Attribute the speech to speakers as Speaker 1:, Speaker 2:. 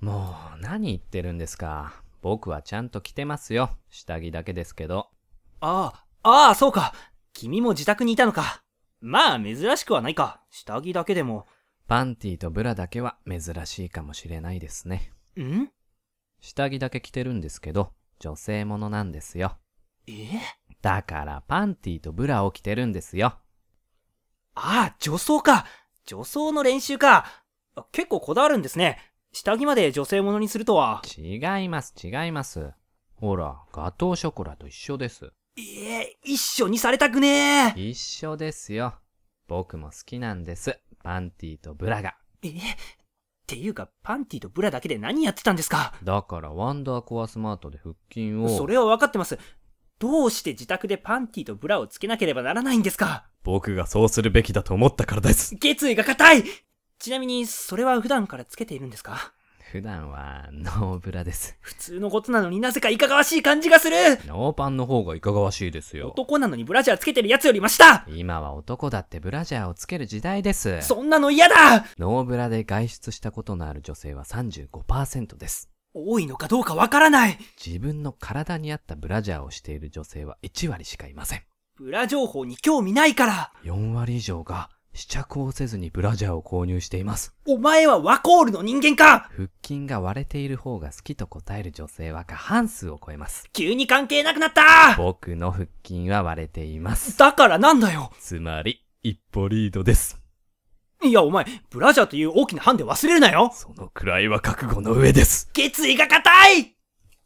Speaker 1: もう、何言ってるんですか。僕はちゃんと着てますよ。下着だけですけど。
Speaker 2: ああ、ああ、そうか。君も自宅にいたのか。まあ、珍しくはないか。下着だけでも。
Speaker 1: パンティとブラだけは珍しいかもしれないですね。
Speaker 2: ん
Speaker 1: 下着だけ着てるんですけど、女性ものなんですよ。
Speaker 2: え
Speaker 1: だから、パンティとブラを着てるんですよ。
Speaker 2: ああ、女装か。女装の練習か。あ結構こだわるんですね。下着まで女性ものにするとは。
Speaker 1: 違います、違います。ほら、ガトーショコラと一緒です。
Speaker 2: ええ一緒にされたくね
Speaker 1: 一緒ですよ。僕も好きなんです。パンティとブラが。
Speaker 2: え。ええっていうか、パンティとブラだけで何やってたんですか
Speaker 1: だから、ワンダーコアスマートで腹筋を。
Speaker 2: それは分かってます。どうして自宅でパンティとブラをつけなければならないんですか
Speaker 1: 僕がそうするべきだと思ったからです。
Speaker 2: 決意が固いちなみに、それは普段からつけているんですか
Speaker 1: 普段は、ノーブラです。
Speaker 2: 普通のことなのになぜかいかがわしい感じがする
Speaker 1: ノーパンの方がいかがわしいですよ。
Speaker 2: 男なのにブラジャーつけてるやつよりました
Speaker 1: 今は男だってブラジャーをつける時代です。
Speaker 2: そんなの嫌だ
Speaker 1: ノーブラで外出したことのある女性は35%です。
Speaker 2: 多いのかどうかわからない
Speaker 1: 自分の体に合ったブラジャーをしている女性は1割しかいません。
Speaker 2: ブラ情報に興味ないから
Speaker 1: 4割以上が試着をせずにブラジャーを購入しています。
Speaker 2: お前はワコールの人間か
Speaker 1: 腹筋が割れている方が好きと答える女性は過半数を超えます。
Speaker 2: 急に関係なくなった
Speaker 1: 僕の腹筋は割れています。
Speaker 2: だからなんだよ
Speaker 1: つまり、一歩リードです。
Speaker 2: いやお前、ブラジャーという大きなハンデ忘れるなよ
Speaker 1: そのくらいは覚悟の上です。
Speaker 2: 決意が固い